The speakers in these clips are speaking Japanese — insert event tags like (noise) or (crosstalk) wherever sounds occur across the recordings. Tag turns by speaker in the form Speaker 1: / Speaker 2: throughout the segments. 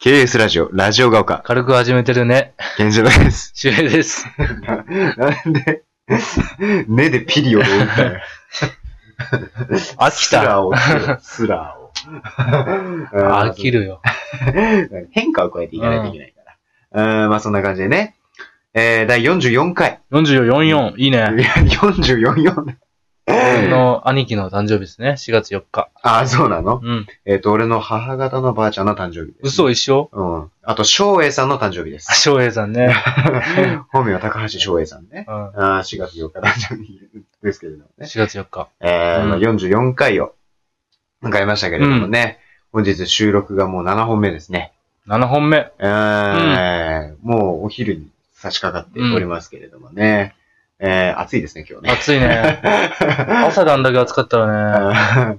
Speaker 1: KS ラジオ、ラジオが丘、
Speaker 2: 軽く始めてるね。
Speaker 1: 現状です。
Speaker 2: (laughs) 主演です。
Speaker 1: なんで、目でピリオドを打った (laughs) よ。
Speaker 2: (laughs) 飽き
Speaker 1: スラ
Speaker 2: た。
Speaker 1: ーを打ってよ、スラーを。
Speaker 2: 飽きるよ。
Speaker 1: る。変化を加えていかないといけないから。うん、まあそんな感じでね。えー、第44回。
Speaker 2: 4444、いい
Speaker 1: いや
Speaker 2: ね。
Speaker 1: 44、4。
Speaker 2: 俺の兄貴の誕生日ですね。4月4日。
Speaker 1: あ、そうなの
Speaker 2: うん。
Speaker 1: えっ、と、俺の母方のばあちゃんの誕生日です、
Speaker 2: 嘘一緒
Speaker 1: うん。あと、翔英さんの誕生日 (laughs) です。
Speaker 2: 翔平さんね。
Speaker 1: 本名は高橋翔英さんね。
Speaker 2: うん。4
Speaker 1: あー4月4日誕生日ですけれどもね。
Speaker 2: 月4日。
Speaker 1: えー
Speaker 2: うん
Speaker 1: まあ44回を迎えましたけれどもね、本日収録がもう7本目ですね。
Speaker 2: 7本目。
Speaker 1: えーもうお昼に差し掛かっておりますけれどもね。えー暑いですね、今日ね。 (laughs)
Speaker 2: 暑い (laughs) ね。朝であんだけ暑かったらね。
Speaker 1: あー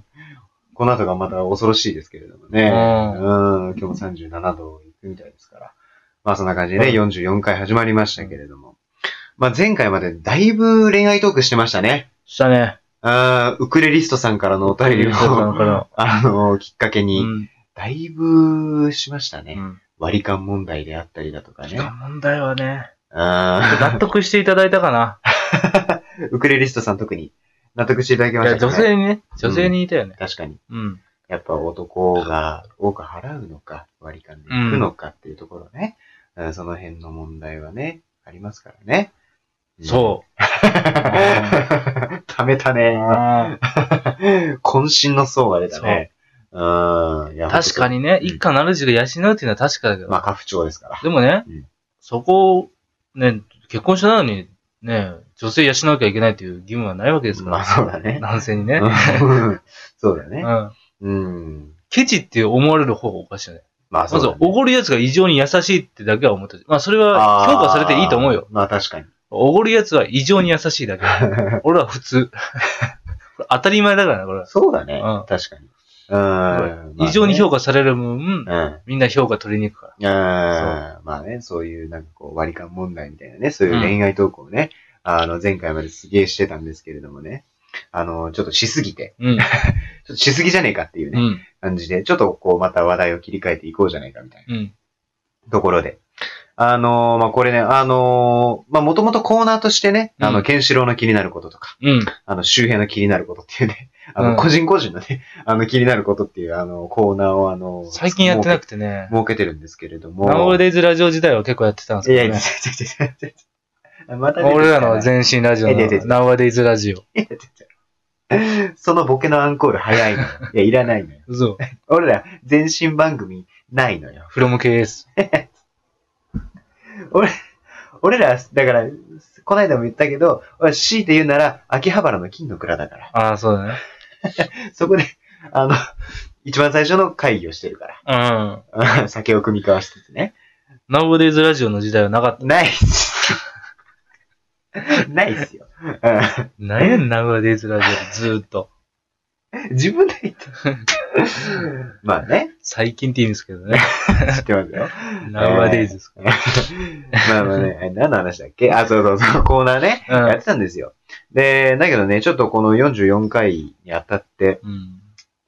Speaker 1: この後がまた恐ろしいですけれどもね。
Speaker 2: うん
Speaker 1: うん、今日も37度いくみたいですから。まあそんな感じでね、44回始まりましたけれども。まあ前回までだいぶ恋愛トークしてましたね。
Speaker 2: したね。
Speaker 1: あーウクレリストさんからのお便り
Speaker 2: うことな
Speaker 1: を
Speaker 2: の、かな
Speaker 1: (laughs) あの、きっかけ
Speaker 2: う
Speaker 1: に、
Speaker 2: ん。
Speaker 1: だいぶしましたね。
Speaker 2: うん
Speaker 1: 割り勘問題であったりだとか
Speaker 2: 時
Speaker 1: ね。
Speaker 2: 間問題はね。
Speaker 1: あ
Speaker 2: 納得していただいたか (laughs) な。
Speaker 1: ー (laughs) ウクレリストさん特に納得していただき
Speaker 2: い
Speaker 1: まし
Speaker 2: や、
Speaker 1: たか
Speaker 2: 女
Speaker 1: ね。
Speaker 2: 性にね。女性に言いたよね。
Speaker 1: 確かに。
Speaker 2: うん。
Speaker 1: やっぱ男が多く払うのか、割り勘で行くのかっていうところね。うんその辺の問題はね、ありますからね。。
Speaker 2: そう (laughs)
Speaker 1: (laughs) ためた
Speaker 2: う。 (laughs)
Speaker 1: ね。
Speaker 2: あー
Speaker 1: 渾身の層が出たね。うん。いや
Speaker 2: 確か。にね、一家なるじが養うっていうのは確かだけど
Speaker 1: ま。あ、家父長ですから。
Speaker 2: でもね、
Speaker 1: うん
Speaker 2: そこを、ね、結婚したのに、ね、女性養わなきゃいけないという義務はないわけですか
Speaker 1: まあ、
Speaker 2: ら、
Speaker 1: そうだね。
Speaker 2: 男性にね。
Speaker 1: うん (laughs) そうだ
Speaker 2: う
Speaker 1: ね。
Speaker 2: ん。
Speaker 1: うん。
Speaker 2: ケチって思われる方がおかしいよね。
Speaker 1: まあ、そう
Speaker 2: まず
Speaker 1: だ、ね。
Speaker 2: おごるやつが異常に優しいってだけは思ってる。まあ、それは
Speaker 1: あー
Speaker 2: 評価されていいと思うよ。。
Speaker 1: まあ、確かに。
Speaker 2: おごるやつは異常に優し
Speaker 1: (laughs)
Speaker 2: いだけ。俺は普通。これ当たり前だからね、これは。
Speaker 1: そうだね
Speaker 2: うん。
Speaker 1: 確かに。うん。
Speaker 2: 異常に評
Speaker 1: 価。
Speaker 2: 価される分、
Speaker 1: うん。
Speaker 2: みんな評価取りに行くから。
Speaker 1: あーまあね、そういうなんかこう割り勘問題みたいなね、そういう恋愛投稿をね、あの前回まですげえしてたんですけれどもね、あの、ちょっとしすぎて、
Speaker 2: うん。
Speaker 1: ちょっとしすぎじゃねえかっていう
Speaker 2: う
Speaker 1: ね、
Speaker 2: ん。
Speaker 1: 感じで、ちょっとこうまた話題を切り替えていこうじゃないかみたい
Speaker 2: うん。
Speaker 1: なところで。あのまあ、これね、あのまあ、もともとコーナーとしてね、あ
Speaker 2: う
Speaker 1: の、
Speaker 2: ん
Speaker 1: ケンシロウの気になることとか、
Speaker 2: うん。
Speaker 1: あの、周辺の気になることっていうね、 (laughs) あ
Speaker 2: う
Speaker 1: の、
Speaker 2: ん
Speaker 1: 個人個人のね、 (laughs) あの、気になることっていう、あの、コーナーをあの、
Speaker 2: 最近やってなく
Speaker 1: 設
Speaker 2: てね
Speaker 1: け。設けてるんですけれども。
Speaker 2: ナウデイズラジオ時代は結構やってたんです
Speaker 1: いや、
Speaker 2: け
Speaker 1: 違う
Speaker 2: どね。
Speaker 1: 違う違う違う。また出てきたな
Speaker 2: 俺らの全身ラジオ
Speaker 1: いやいやいや
Speaker 2: のナウデイズラジオ。
Speaker 1: (laughs) そのボケのアンコール早いのよ。いや、いらないのよ。
Speaker 2: 嘘。
Speaker 1: 俺ら、全身番組ないのよ。
Speaker 2: フロム KS。
Speaker 1: 俺ら、だから、こないだも言ったけど、俺強いて言うなら、秋葉原の金の蔵だから。
Speaker 2: ああ、そうだね。
Speaker 1: そこで、あの、一番最初の会議をしてるか
Speaker 2: うん。
Speaker 1: ら。 (laughs) 酒を組み交わしつつね。
Speaker 2: ナウデイズラジオの時代はなかった。
Speaker 1: ないっす。 (laughs) ないっすよ。うん
Speaker 2: なんやねん、ナウデイズラジオずーっと。
Speaker 1: 自分で言った。 (laughs) まあね、
Speaker 2: 最近って言うんですけどね。
Speaker 1: (laughs) 知ってますよ。
Speaker 2: ナウデイズですか
Speaker 1: まあまあね、あ (laughs) れ何の話だっけあ、そうそうそう、コーナーね、
Speaker 2: ら。
Speaker 1: やってたんですよ。で、だけどね、ちょっとこの44回にあたって、
Speaker 2: うん。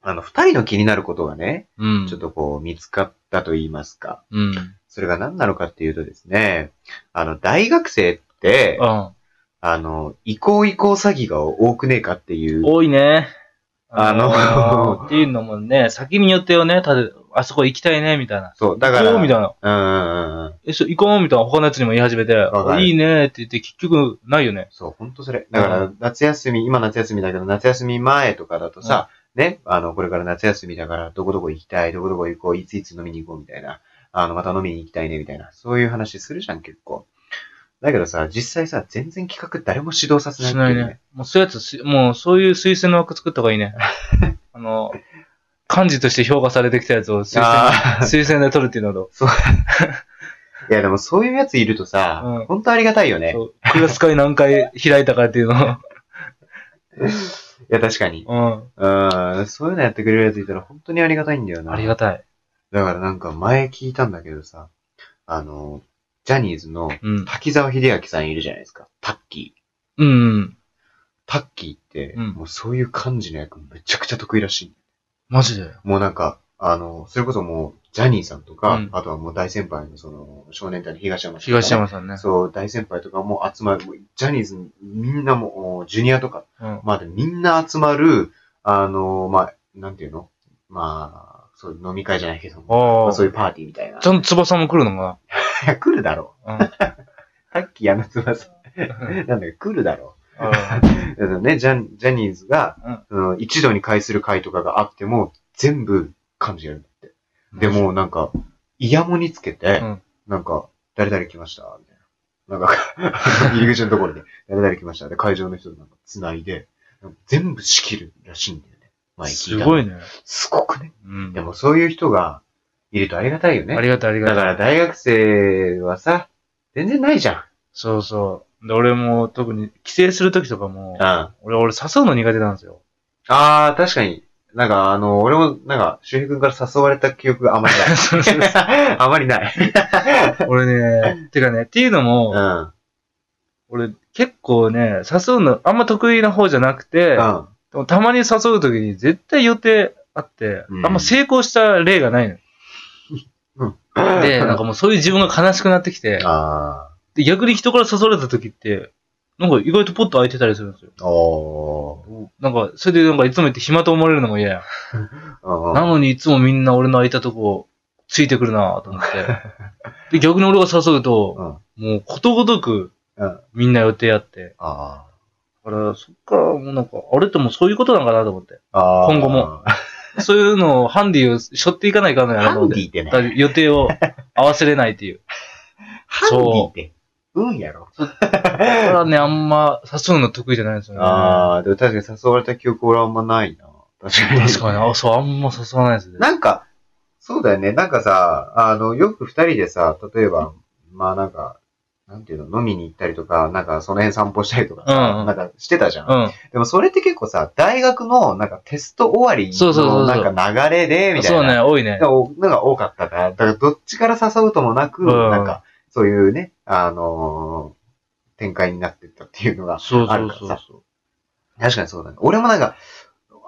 Speaker 1: あの、二人の気になることがね、
Speaker 2: うん。
Speaker 1: ちょっ。とこう、見つかったと言いますか。
Speaker 2: うん。うん。
Speaker 1: それが何なのかっていうとですね、あの、大学生って、
Speaker 2: うん
Speaker 1: あの、移行移行詐欺が多くねえかっていう、
Speaker 2: 多いね。
Speaker 1: あの
Speaker 2: ーっていうのもね、先によってよね、ただ、あそこ行きたいね、みたいな。
Speaker 1: そう、だ
Speaker 2: 行
Speaker 1: から、
Speaker 2: こうみたいな。
Speaker 1: うんうんうんうん。
Speaker 2: え、そう、行こうみたいな。他のやつにも言い始めて
Speaker 1: か、る
Speaker 2: いいねって言って、結局、ないよね。
Speaker 1: そう、ほんとそれ。だから、夏休み、今夏休みだけど、夏休み前とかだとさ、ね、あの、これから夏休みだから、どこどこ行きたい、どこどこ行こう、いついつ飲みに行こうみたいな、あの、また飲みに行きたいね、みたいな、そういう話するじゃん、結構。だけどさ、実際さ、全然企画誰も指導させない
Speaker 2: し
Speaker 1: って
Speaker 2: ない
Speaker 1: いう
Speaker 2: ね。。もうそういうやつす、もうそういう推薦の枠作った方がい
Speaker 1: (laughs)
Speaker 2: いね。あの、漢字として評価されてきたやつを推薦、
Speaker 1: ああ、
Speaker 2: 推薦で取るっていうのと、 (laughs)
Speaker 1: いやでもそういうやついるとさ、
Speaker 2: うん
Speaker 1: ほんとありがたいよね。
Speaker 2: そうクラス会何回開いたかっていう
Speaker 1: (laughs)
Speaker 2: の
Speaker 1: いや、確かに。
Speaker 2: を、
Speaker 1: うん、そういうのやってくれるやついたら本当にありがたいんだよ
Speaker 2: うん。
Speaker 1: な。
Speaker 2: ありがたい。
Speaker 1: だからなんか前聞いたんだけどさ、あの、ジャニーズの、
Speaker 2: うん。
Speaker 1: 滝沢秀明さんいるじゃないですか。タッキー。
Speaker 2: うんうん。
Speaker 1: タッキーって、
Speaker 2: うん
Speaker 1: もうそういう感じの役めちゃくちゃ得意らしい。
Speaker 2: マジで。
Speaker 1: もうなんか、あの、それこそもう、ジャニーさんとか、
Speaker 2: うん
Speaker 1: あとはもう大先輩のその、少年隊の東山さん、
Speaker 2: 東。山さんね。
Speaker 1: そう、大先輩とかも集まる、もうジャニーズみんなも、おジュニアとか、
Speaker 2: うん。
Speaker 1: まあでみんな集まる、あの、まあ、なんていうのまあ、そう飲み会じゃないけども、ま
Speaker 2: あ
Speaker 1: あ
Speaker 2: あ。
Speaker 1: そ
Speaker 2: ち
Speaker 1: ういうパーティーみたいな。
Speaker 2: ゃんと翼も来るのか
Speaker 1: (laughs) 来るだろ
Speaker 2: な。うん。
Speaker 1: う。さっき矢野翼、 (laughs)
Speaker 2: うん
Speaker 1: なんだか来るだろう。
Speaker 2: あ
Speaker 1: だからね、ジャンジャニーズが、うん一度に会する会とかがあっても、全部感じるんだって。
Speaker 2: あ
Speaker 1: で、も、なんか、イヤモニつけて、
Speaker 2: うん
Speaker 1: なんか、誰々来ましたみたいな。なんか、 (laughs) 入り口のところで、誰々来ましたで、会場の人となんか繋いで、全部仕切るらしいんだよね。前聞
Speaker 2: す
Speaker 1: いた。
Speaker 2: ご
Speaker 1: い。
Speaker 2: いね。
Speaker 1: すごくね。
Speaker 2: うん
Speaker 1: で。も、そういう人がいるとありがたいよね。
Speaker 2: ありがたい、ありが
Speaker 1: だか
Speaker 2: たい。
Speaker 1: ら、大学生はさ、全然ないじゃん。
Speaker 2: そうそう。で、俺も特に帰省するときとかも、
Speaker 1: あ
Speaker 2: 俺、俺誘うの苦手なんで
Speaker 1: (laughs)
Speaker 2: すよ。
Speaker 1: あー、確かに。なんか、あの、俺も、なんか、周平君から誘われた記憶があまりない。
Speaker 2: そうそう (laughs)
Speaker 1: あまりない。
Speaker 2: 俺ね、てかね、っていうの
Speaker 1: う
Speaker 2: も、
Speaker 1: ん。
Speaker 2: 俺結構ね、誘うのあんま得意な方じゃなくて、
Speaker 1: うん。
Speaker 2: でもたまに誘うときに絶対予定あって、
Speaker 1: うん
Speaker 2: あんま成功した例がないの。で、なんかもうそういう自分が悲しくなってきて、
Speaker 1: あ
Speaker 2: で逆に人から誘われたときって、なんか意外とポッと空いてたりするんですよ。
Speaker 1: あ。お
Speaker 2: なんか、それでなんかいつも言って暇と思われるのも嫌や。
Speaker 1: ー。
Speaker 2: なのにいつもみんな俺の空いたとこ、ついてくるなと
Speaker 1: (laughs)
Speaker 2: 思って。で、逆に俺が誘うと、
Speaker 1: うん。
Speaker 2: もうことごとく
Speaker 1: うん。
Speaker 2: みんな予定あって。
Speaker 1: あ
Speaker 2: だから、そっからもうなんか、あれってもうそういうことなんかなと思って。
Speaker 1: あ。
Speaker 2: 今後も。そういうのをハンディを背負っていかないかんのやな
Speaker 1: ハ
Speaker 2: と思
Speaker 1: ン
Speaker 2: って
Speaker 1: デ。ィってね
Speaker 2: だ。から予定を合わせれないっていう。
Speaker 1: ハンディって、運やろ。
Speaker 2: だからね、あんま誘うの得意じゃないんですよね。
Speaker 1: ああ、でも確かに誘われた記憶俺はあんまないな。確かに。
Speaker 2: 確かに、あ、そう、あんま誘わないですね。
Speaker 1: なんか、そうだよね。なんかさ、あの、よく二人でさ、例えば、まあなんか、なんていうの、飲みに行ったりとか、なんかその辺散歩したりとかさ、
Speaker 2: うんうん
Speaker 1: なんかしてたじゃん。
Speaker 2: う
Speaker 1: でもそれって結構さ、大学のなんかテスト終わり
Speaker 2: そうそうそ
Speaker 1: の
Speaker 2: うそ
Speaker 1: な
Speaker 2: うん
Speaker 1: か流れで、み
Speaker 2: ん。
Speaker 1: たいな。
Speaker 2: そうね、多いね。
Speaker 1: がおのが多かったから、だからどっちから誘うともなく、
Speaker 2: うん
Speaker 1: なんか、そういうね、あのー展開になってったっていうのが、
Speaker 2: そう
Speaker 1: あ
Speaker 2: そ
Speaker 1: る
Speaker 2: う
Speaker 1: から
Speaker 2: そう
Speaker 1: さ。確かにそうだね。俺もなんか、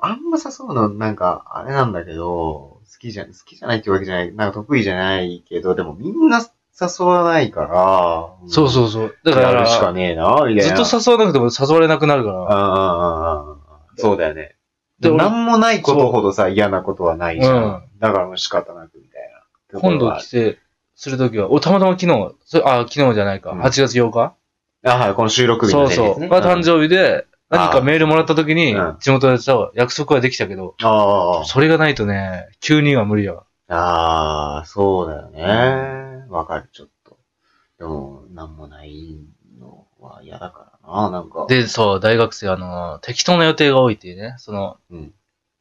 Speaker 1: あんま誘うの、なんか、あれなんだけど、好きじゃ、好きじゃないってわけじゃない、なんか得意じゃないけど、でもみんな誘わないから、
Speaker 2: そう
Speaker 1: う
Speaker 2: そ
Speaker 1: ん。
Speaker 2: うそう。だか、
Speaker 1: やるしからねえな、みたい
Speaker 2: ずっ
Speaker 1: な。
Speaker 2: と誘わなくても誘われなくなるから。
Speaker 1: ああ、そうだよね。で
Speaker 2: で俺
Speaker 1: なんもないことほどさ、嫌なことはないじゃん。だからもう仕方なくみたいな。
Speaker 2: 今度帰省するときは、お、たまたま昨日、それあ、昨日じゃないか。
Speaker 1: うん
Speaker 2: 8月8日
Speaker 1: あ、はい、この収録日
Speaker 2: そ
Speaker 1: の
Speaker 2: う
Speaker 1: ね
Speaker 2: そ
Speaker 1: で
Speaker 2: う。
Speaker 1: すね。
Speaker 2: が誕
Speaker 1: うん
Speaker 2: 生日で、何かメールもらったときに
Speaker 1: うん、
Speaker 2: 地元でさ、約束はできたけど、
Speaker 1: あ
Speaker 2: それがないとね、急には無理やわ。
Speaker 1: あ、ああ、そうだよね。わかる、ちょっと。でも、なんもないのは嫌だからな、なんか。
Speaker 2: で、そう、大学生、あの、適当な予定が多いっていうね、その、
Speaker 1: うん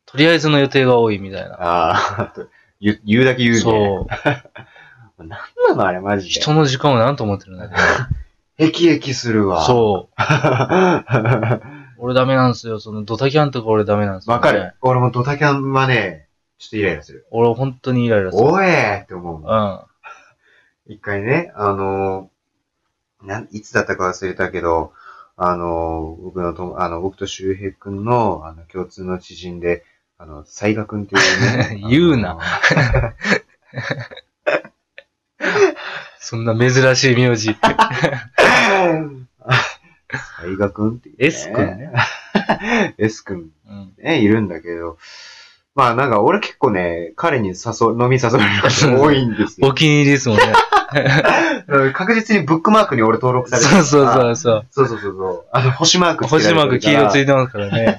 Speaker 2: とりあえずの予定が多いみたいな。
Speaker 1: ああ、 (laughs) 言う言うだけ言うね。
Speaker 2: そう。
Speaker 1: う。なんなのあれ、マジで
Speaker 2: 人。の時間を何と思ってるんだけ
Speaker 1: ヘキヘキする
Speaker 2: ど。
Speaker 1: わ。 (laughs) う。
Speaker 2: そう。
Speaker 1: わ
Speaker 2: 俺ダメなんですよ。そのドタキャンとか俺ダメなんですよ、ね。
Speaker 1: かる。。俺もドタキャンはね、ちょっとイライラする。
Speaker 2: 俺本当にイライラする。
Speaker 1: おえーって思うもん。
Speaker 2: うん。。
Speaker 1: 一回ね、あのーなん、いつだったか忘れたけど、あのー僕のと、あの、僕と周平くんの、あの、共通の知人で、あの、西賀くんっていうね
Speaker 2: (laughs) 言うな
Speaker 1: あのー。
Speaker 2: そんな珍しい名字。
Speaker 1: (laughs) 西賀くんっていう、
Speaker 2: S 君ね。
Speaker 1: (laughs) S くん
Speaker 2: うん。
Speaker 1: ね、いるんだけど、まあなんか俺結構ね、彼に誘う、飲み誘われることが多いんですよ
Speaker 2: お。気に入りですも
Speaker 1: (laughs)
Speaker 2: んね。
Speaker 1: うん確実にブックマークに俺登録されて
Speaker 2: そ
Speaker 1: る。
Speaker 2: うそうそうそう。
Speaker 1: そうそうそうそう。あの、星マークつけられて
Speaker 2: 星
Speaker 1: るから
Speaker 2: マーク黄色ついてますからね。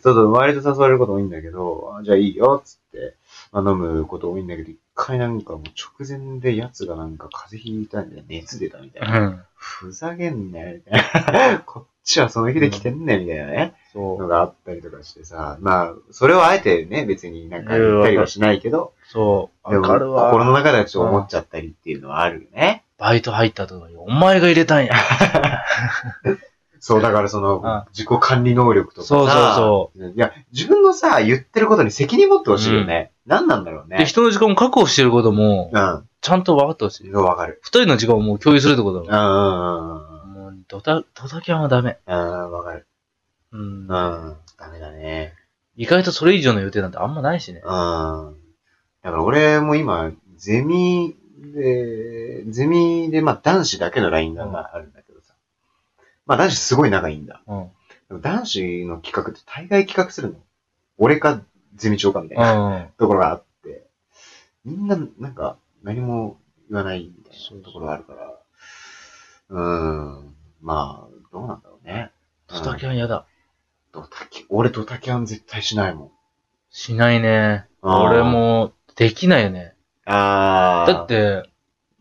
Speaker 1: (laughs) そうそう、割と誘われること多いんだけど、あじゃあいいよ、っつって、まあ、飲むこと多いんだけど、一回なんかもう直前で奴がなんか風邪ひいたんだよ、熱出たみたいうな。
Speaker 2: ん。
Speaker 1: ふざけんなよ、みたいな。 (laughs) こっちはその日で来てんねん、みたいなね、
Speaker 2: そ
Speaker 1: の
Speaker 2: う。
Speaker 1: があったりとかしてさ、まあ、それをあえてね、別になんか言ったりはしないけど、
Speaker 2: そう。
Speaker 1: でも
Speaker 2: わかるわ。
Speaker 1: 心の中ではちょっと思っちゃったりっていうのはあるよね。
Speaker 2: バイト入ったとかに、お前が入れたんや。
Speaker 1: そう、だからその
Speaker 2: あ、
Speaker 1: 自己管理能力とかさ、。
Speaker 2: そうそうそう
Speaker 1: いや、自分のさ、言ってることに責任持ってほしいよね。何なんだろうね。
Speaker 2: で、人の時間を確保してることも、
Speaker 1: うん。
Speaker 2: ちゃんと分かってほしい。
Speaker 1: わかる。
Speaker 2: 二人の時間をもう共有するってこと
Speaker 1: うん
Speaker 2: だ
Speaker 1: うん
Speaker 2: もん。もう、ドタ、ドタキャンはダメ。
Speaker 1: うんうん。わかる。
Speaker 2: うん
Speaker 1: うん。。ダメだね。
Speaker 2: 意外とそれ以上の予定なんてあんまないしね。
Speaker 1: うん。だから俺も今、ゼミで、ゼミで、まあ男子だけのラインがまああるんだけどさ。まあ男子すごい仲いいんだ。
Speaker 2: うん。
Speaker 1: でも男子の企画って大概企画するの。俺かゼミ長かみたいな
Speaker 2: うん。
Speaker 1: ところがあって、みんななんか何も言わないみたいなところがあるから、うーん、まあ、どうなんだろうね。
Speaker 2: ドタキ
Speaker 1: ャン。
Speaker 2: ャン嫌だ。
Speaker 1: ドタキ、俺ドタキャン絶対しないもん。
Speaker 2: しないね。
Speaker 1: あー
Speaker 2: 俺。も、できないよね。
Speaker 1: ああ。
Speaker 2: だって、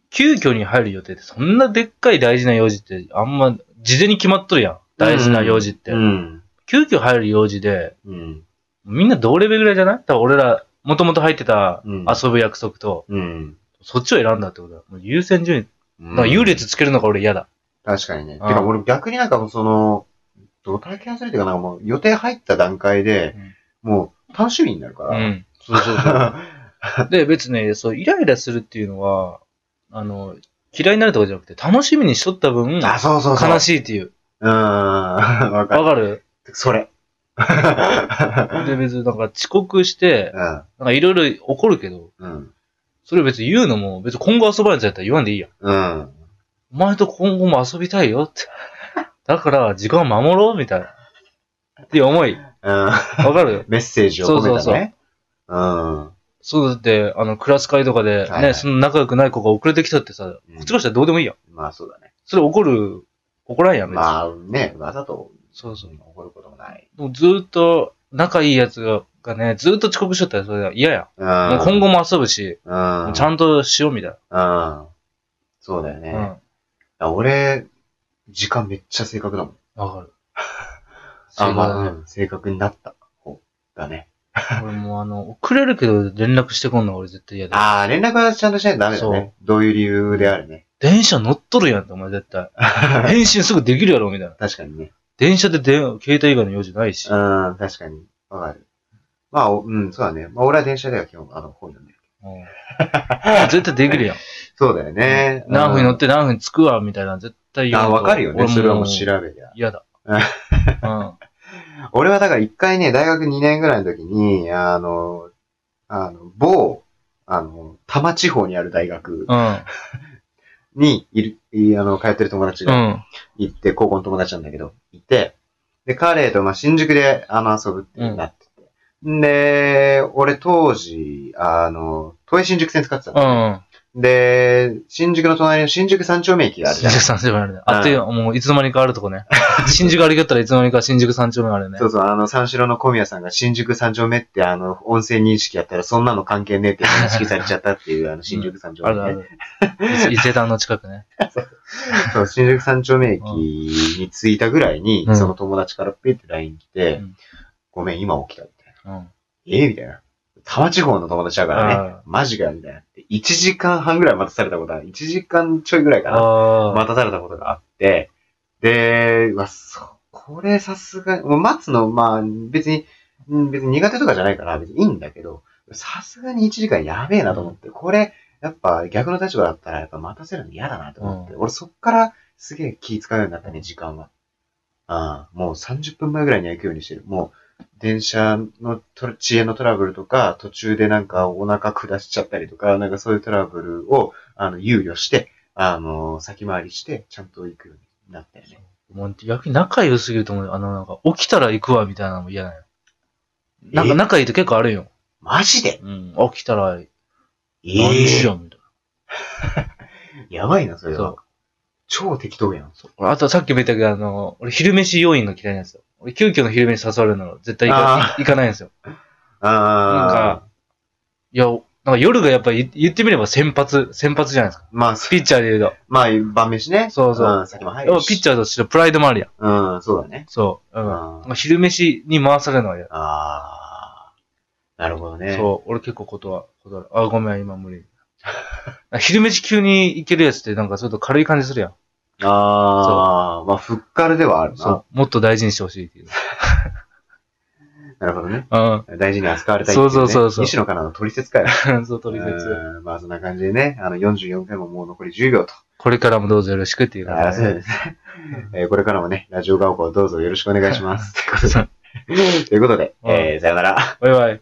Speaker 2: 急遽に入る予定って、そんなでっかい大事な用事って、あんま、事前に決まっとるやん。大事な用事って。
Speaker 1: うん。
Speaker 2: 急遽入る用事で、
Speaker 1: うん。
Speaker 2: みんな同レベルぐらいじゃない多分俺ら、もともと入ってた
Speaker 1: うん
Speaker 2: 遊ぶ約束と、
Speaker 1: うん。
Speaker 2: そっちを選んだってことだ。もう優先順位。
Speaker 1: うん
Speaker 2: だから優劣つけるのが俺嫌だ。
Speaker 1: 確かにね。て
Speaker 2: うん
Speaker 1: か俺逆になんかもうその、ドタキャンするっていうかなんかもう予定入った段階で、もう楽しみになるか
Speaker 2: う
Speaker 1: ら。
Speaker 2: ん。そうそうそう。で、別にね、そう、イライラするっていうのは、あの、嫌いになるとかじゃなくて、楽しみにしとった分、
Speaker 1: (laughs) あ、そうそうそう。
Speaker 2: 悲
Speaker 1: い。
Speaker 2: しいっていう。
Speaker 1: うん。 (laughs) わか
Speaker 2: わ
Speaker 1: る。
Speaker 2: かる
Speaker 1: それ。 (laughs)
Speaker 2: で、別になんか遅刻して、
Speaker 1: うん。
Speaker 2: なんかいろいろ怒るけど、
Speaker 1: うん。そ
Speaker 2: それ別に言うのも、別に今後遊ばないやつやったら言わんでいいやん。
Speaker 1: うん。
Speaker 2: お前と今後も遊びたいよって。だから、時間を守ろうみたいな。っていう思い。
Speaker 1: うん。
Speaker 2: わかる
Speaker 1: メッセージを込めたね。
Speaker 2: そうそう
Speaker 1: うん。
Speaker 2: そうだって、あの、クラス会とかで、ね、
Speaker 1: はいはい
Speaker 2: その仲良くない子が遅れてきたってさ、こっちからしたらどうでもいいやん。
Speaker 1: まあそうだね。
Speaker 2: それ怒る、怒らんやん、別に。
Speaker 1: まあね、わざと
Speaker 2: そうそう。
Speaker 1: 怒ることもない。
Speaker 2: もうずーっと、仲いいやつががね、ずーっと遅刻しとったらそれは嫌や
Speaker 1: うん
Speaker 2: ん。もう今後も遊ぶし、
Speaker 1: 後
Speaker 2: もうちゃ
Speaker 1: ん
Speaker 2: んとしようみたい
Speaker 1: うん。そうだよね。
Speaker 2: な。
Speaker 1: あ俺、時間めっちゃ正確だもん。
Speaker 2: うん。わかる。
Speaker 1: (laughs) あ、まあ、
Speaker 2: そうだ
Speaker 1: うん正確になった方だね。
Speaker 2: ね俺もうあの、遅れるけど連絡してこんのは俺絶対嫌だ。
Speaker 1: ああ、連絡はちゃんとしないとダメだね。どういう理由である
Speaker 2: (laughs)
Speaker 1: ね。
Speaker 2: 電車乗っとるやんって、お前絶対。返信すぐできるやろ、みたいな。
Speaker 1: 確かにね。
Speaker 2: 電車で電話、携帯以外の用事ないし。
Speaker 1: うん、確かに。わかる。まあ、おうん、そうだね。まあ、俺は電車では基本、あの、本読んでる。
Speaker 2: うん絶対できるやん。
Speaker 1: そうだよね。
Speaker 2: 何分に乗
Speaker 1: っ
Speaker 2: って何分に着くわ、みたいな。絶対言う
Speaker 1: あ、わかるよね。それはもう調
Speaker 2: ん。
Speaker 1: べりゃ。
Speaker 2: 嫌だ。
Speaker 1: うん
Speaker 2: うん。
Speaker 1: 俺はだから一回ね、大学2年ぐらいの時に、あの、あの、某、あの、多摩地方にある大学
Speaker 2: うん。
Speaker 1: にいる、いあの、通ってる友達
Speaker 2: う
Speaker 1: が
Speaker 2: ん。
Speaker 1: 行って、高校の友達なんだけど、いて、で、彼と、まあ、新宿で、あの、遊ぶってなってて。ん、で、俺当時、あの、都営新宿線使ってた
Speaker 2: う
Speaker 1: の、
Speaker 2: ん。
Speaker 1: で、新宿の隣の新宿三丁目駅があるじ
Speaker 2: 新
Speaker 1: ゃん。
Speaker 2: 宿三丁目あるね。あっという間、もういつの間にかあると
Speaker 1: (laughs)
Speaker 2: こね。新宿歩きよったらいつの間にか新宿三丁目あるよね
Speaker 1: そ。うそう、あの、三四郎の小宮さんが新宿三丁目って、あの、音声認識やったらそんなの関係ねえって認識されちゃったっていう、あの、新宿三丁
Speaker 2: あ
Speaker 1: 目、
Speaker 2: る
Speaker 1: ね
Speaker 2: ある。伊伊勢丹の近
Speaker 1: (laughs)
Speaker 2: くね。
Speaker 1: そう、新宿三丁目駅に着いたぐらいに、
Speaker 2: うん
Speaker 1: その友達からピッて LINE 来て、
Speaker 2: うん
Speaker 1: ごめん、今起きたみたいな。
Speaker 2: うん。
Speaker 1: ええみたいな。多摩地方の友達だからね
Speaker 2: あー。
Speaker 1: マジかよみたいな。1時間半ぐらい待たされたことある。1時間ちょいぐらいかな。
Speaker 2: あ
Speaker 1: 待たされたことがあって、で、うわ、そう、これさすがに、もう待つの、まあ、別に、うん別に苦手とかじゃないから、別にいいんだけど、さすがに1時間やべえなと思って、これ、やっぱ逆の立場だったら、やっぱ待たせるの嫌だなと思って、俺そっからすげえ気使うようになったね、時間は。ああ、もう30分前ぐらいには行くようにしてる。もう、電車のトラ遅延のトラブルとか、途中でなんかお腹下しちゃったりとか、なんかそういうトラブルを、あの、憂慮して、あの、先回りして、ちゃんと行くようになったよね。
Speaker 2: あ。もう逆に仲良すぎると思うよ。あの、なんか、起きたら行くわ、みたいなのも嫌だよ。なんか
Speaker 1: え、
Speaker 2: 仲いいと結構あるよ。
Speaker 1: マジで
Speaker 2: うん。起きたら、
Speaker 1: え
Speaker 2: 何しよう、みたい
Speaker 1: えやばいな、それ
Speaker 2: な。
Speaker 1: は
Speaker 2: そ。
Speaker 1: 超適当やん。
Speaker 2: う。俺あとさっきも言ったけど、あの、俺昼飯要員が嫌いなんですよ。俺急遽の昼飯誘われるの絶対行
Speaker 1: あ
Speaker 2: か行かないんですよ。なん
Speaker 1: あ
Speaker 2: かいや、なんか夜がやっぱり言ってみれば先発、先発じゃないですか。
Speaker 1: あ。まあ、そ
Speaker 2: ピッチャーで言うと。
Speaker 1: まあ、晩飯ね。
Speaker 2: そうそうん
Speaker 1: 先も入
Speaker 2: やっ
Speaker 1: る
Speaker 2: ぱピッ
Speaker 1: し。
Speaker 2: チャーとしてプライドもあるやん。
Speaker 1: うん、そうだね。
Speaker 2: そう。う。
Speaker 1: うんん。あ
Speaker 2: まあ昼飯に回されるのは嫌。
Speaker 1: あ。なるほどね。
Speaker 2: そう。俺結構ことは、断る。あ、ごめん、今無理。 (laughs) 昼飯急に行けるやつってなんかちょっと軽い感じするやん。
Speaker 1: ああ。まあ、ふっかるではある
Speaker 2: そ
Speaker 1: な。
Speaker 2: う。もっと大事にしてほしいっていう。
Speaker 1: なるほどね。
Speaker 2: うん。 (laughs)
Speaker 1: 大事に扱われたいっていね
Speaker 2: そうそうそうそう
Speaker 1: 西野からの取説かよ。
Speaker 2: そう、取説。
Speaker 1: うんまあ、そんな感じでね。あの、44回ももう残り10秒と。
Speaker 2: これからもどうぞよろしくっていう
Speaker 1: あ
Speaker 2: 感
Speaker 1: あ、
Speaker 2: じ
Speaker 1: そう
Speaker 2: で。
Speaker 1: ですね。えーこれからも
Speaker 2: (laughs)
Speaker 1: ね、ラジオがおこどうぞよろしくお願いします。ということで、ということで、えーさよなら。
Speaker 2: バイバイ。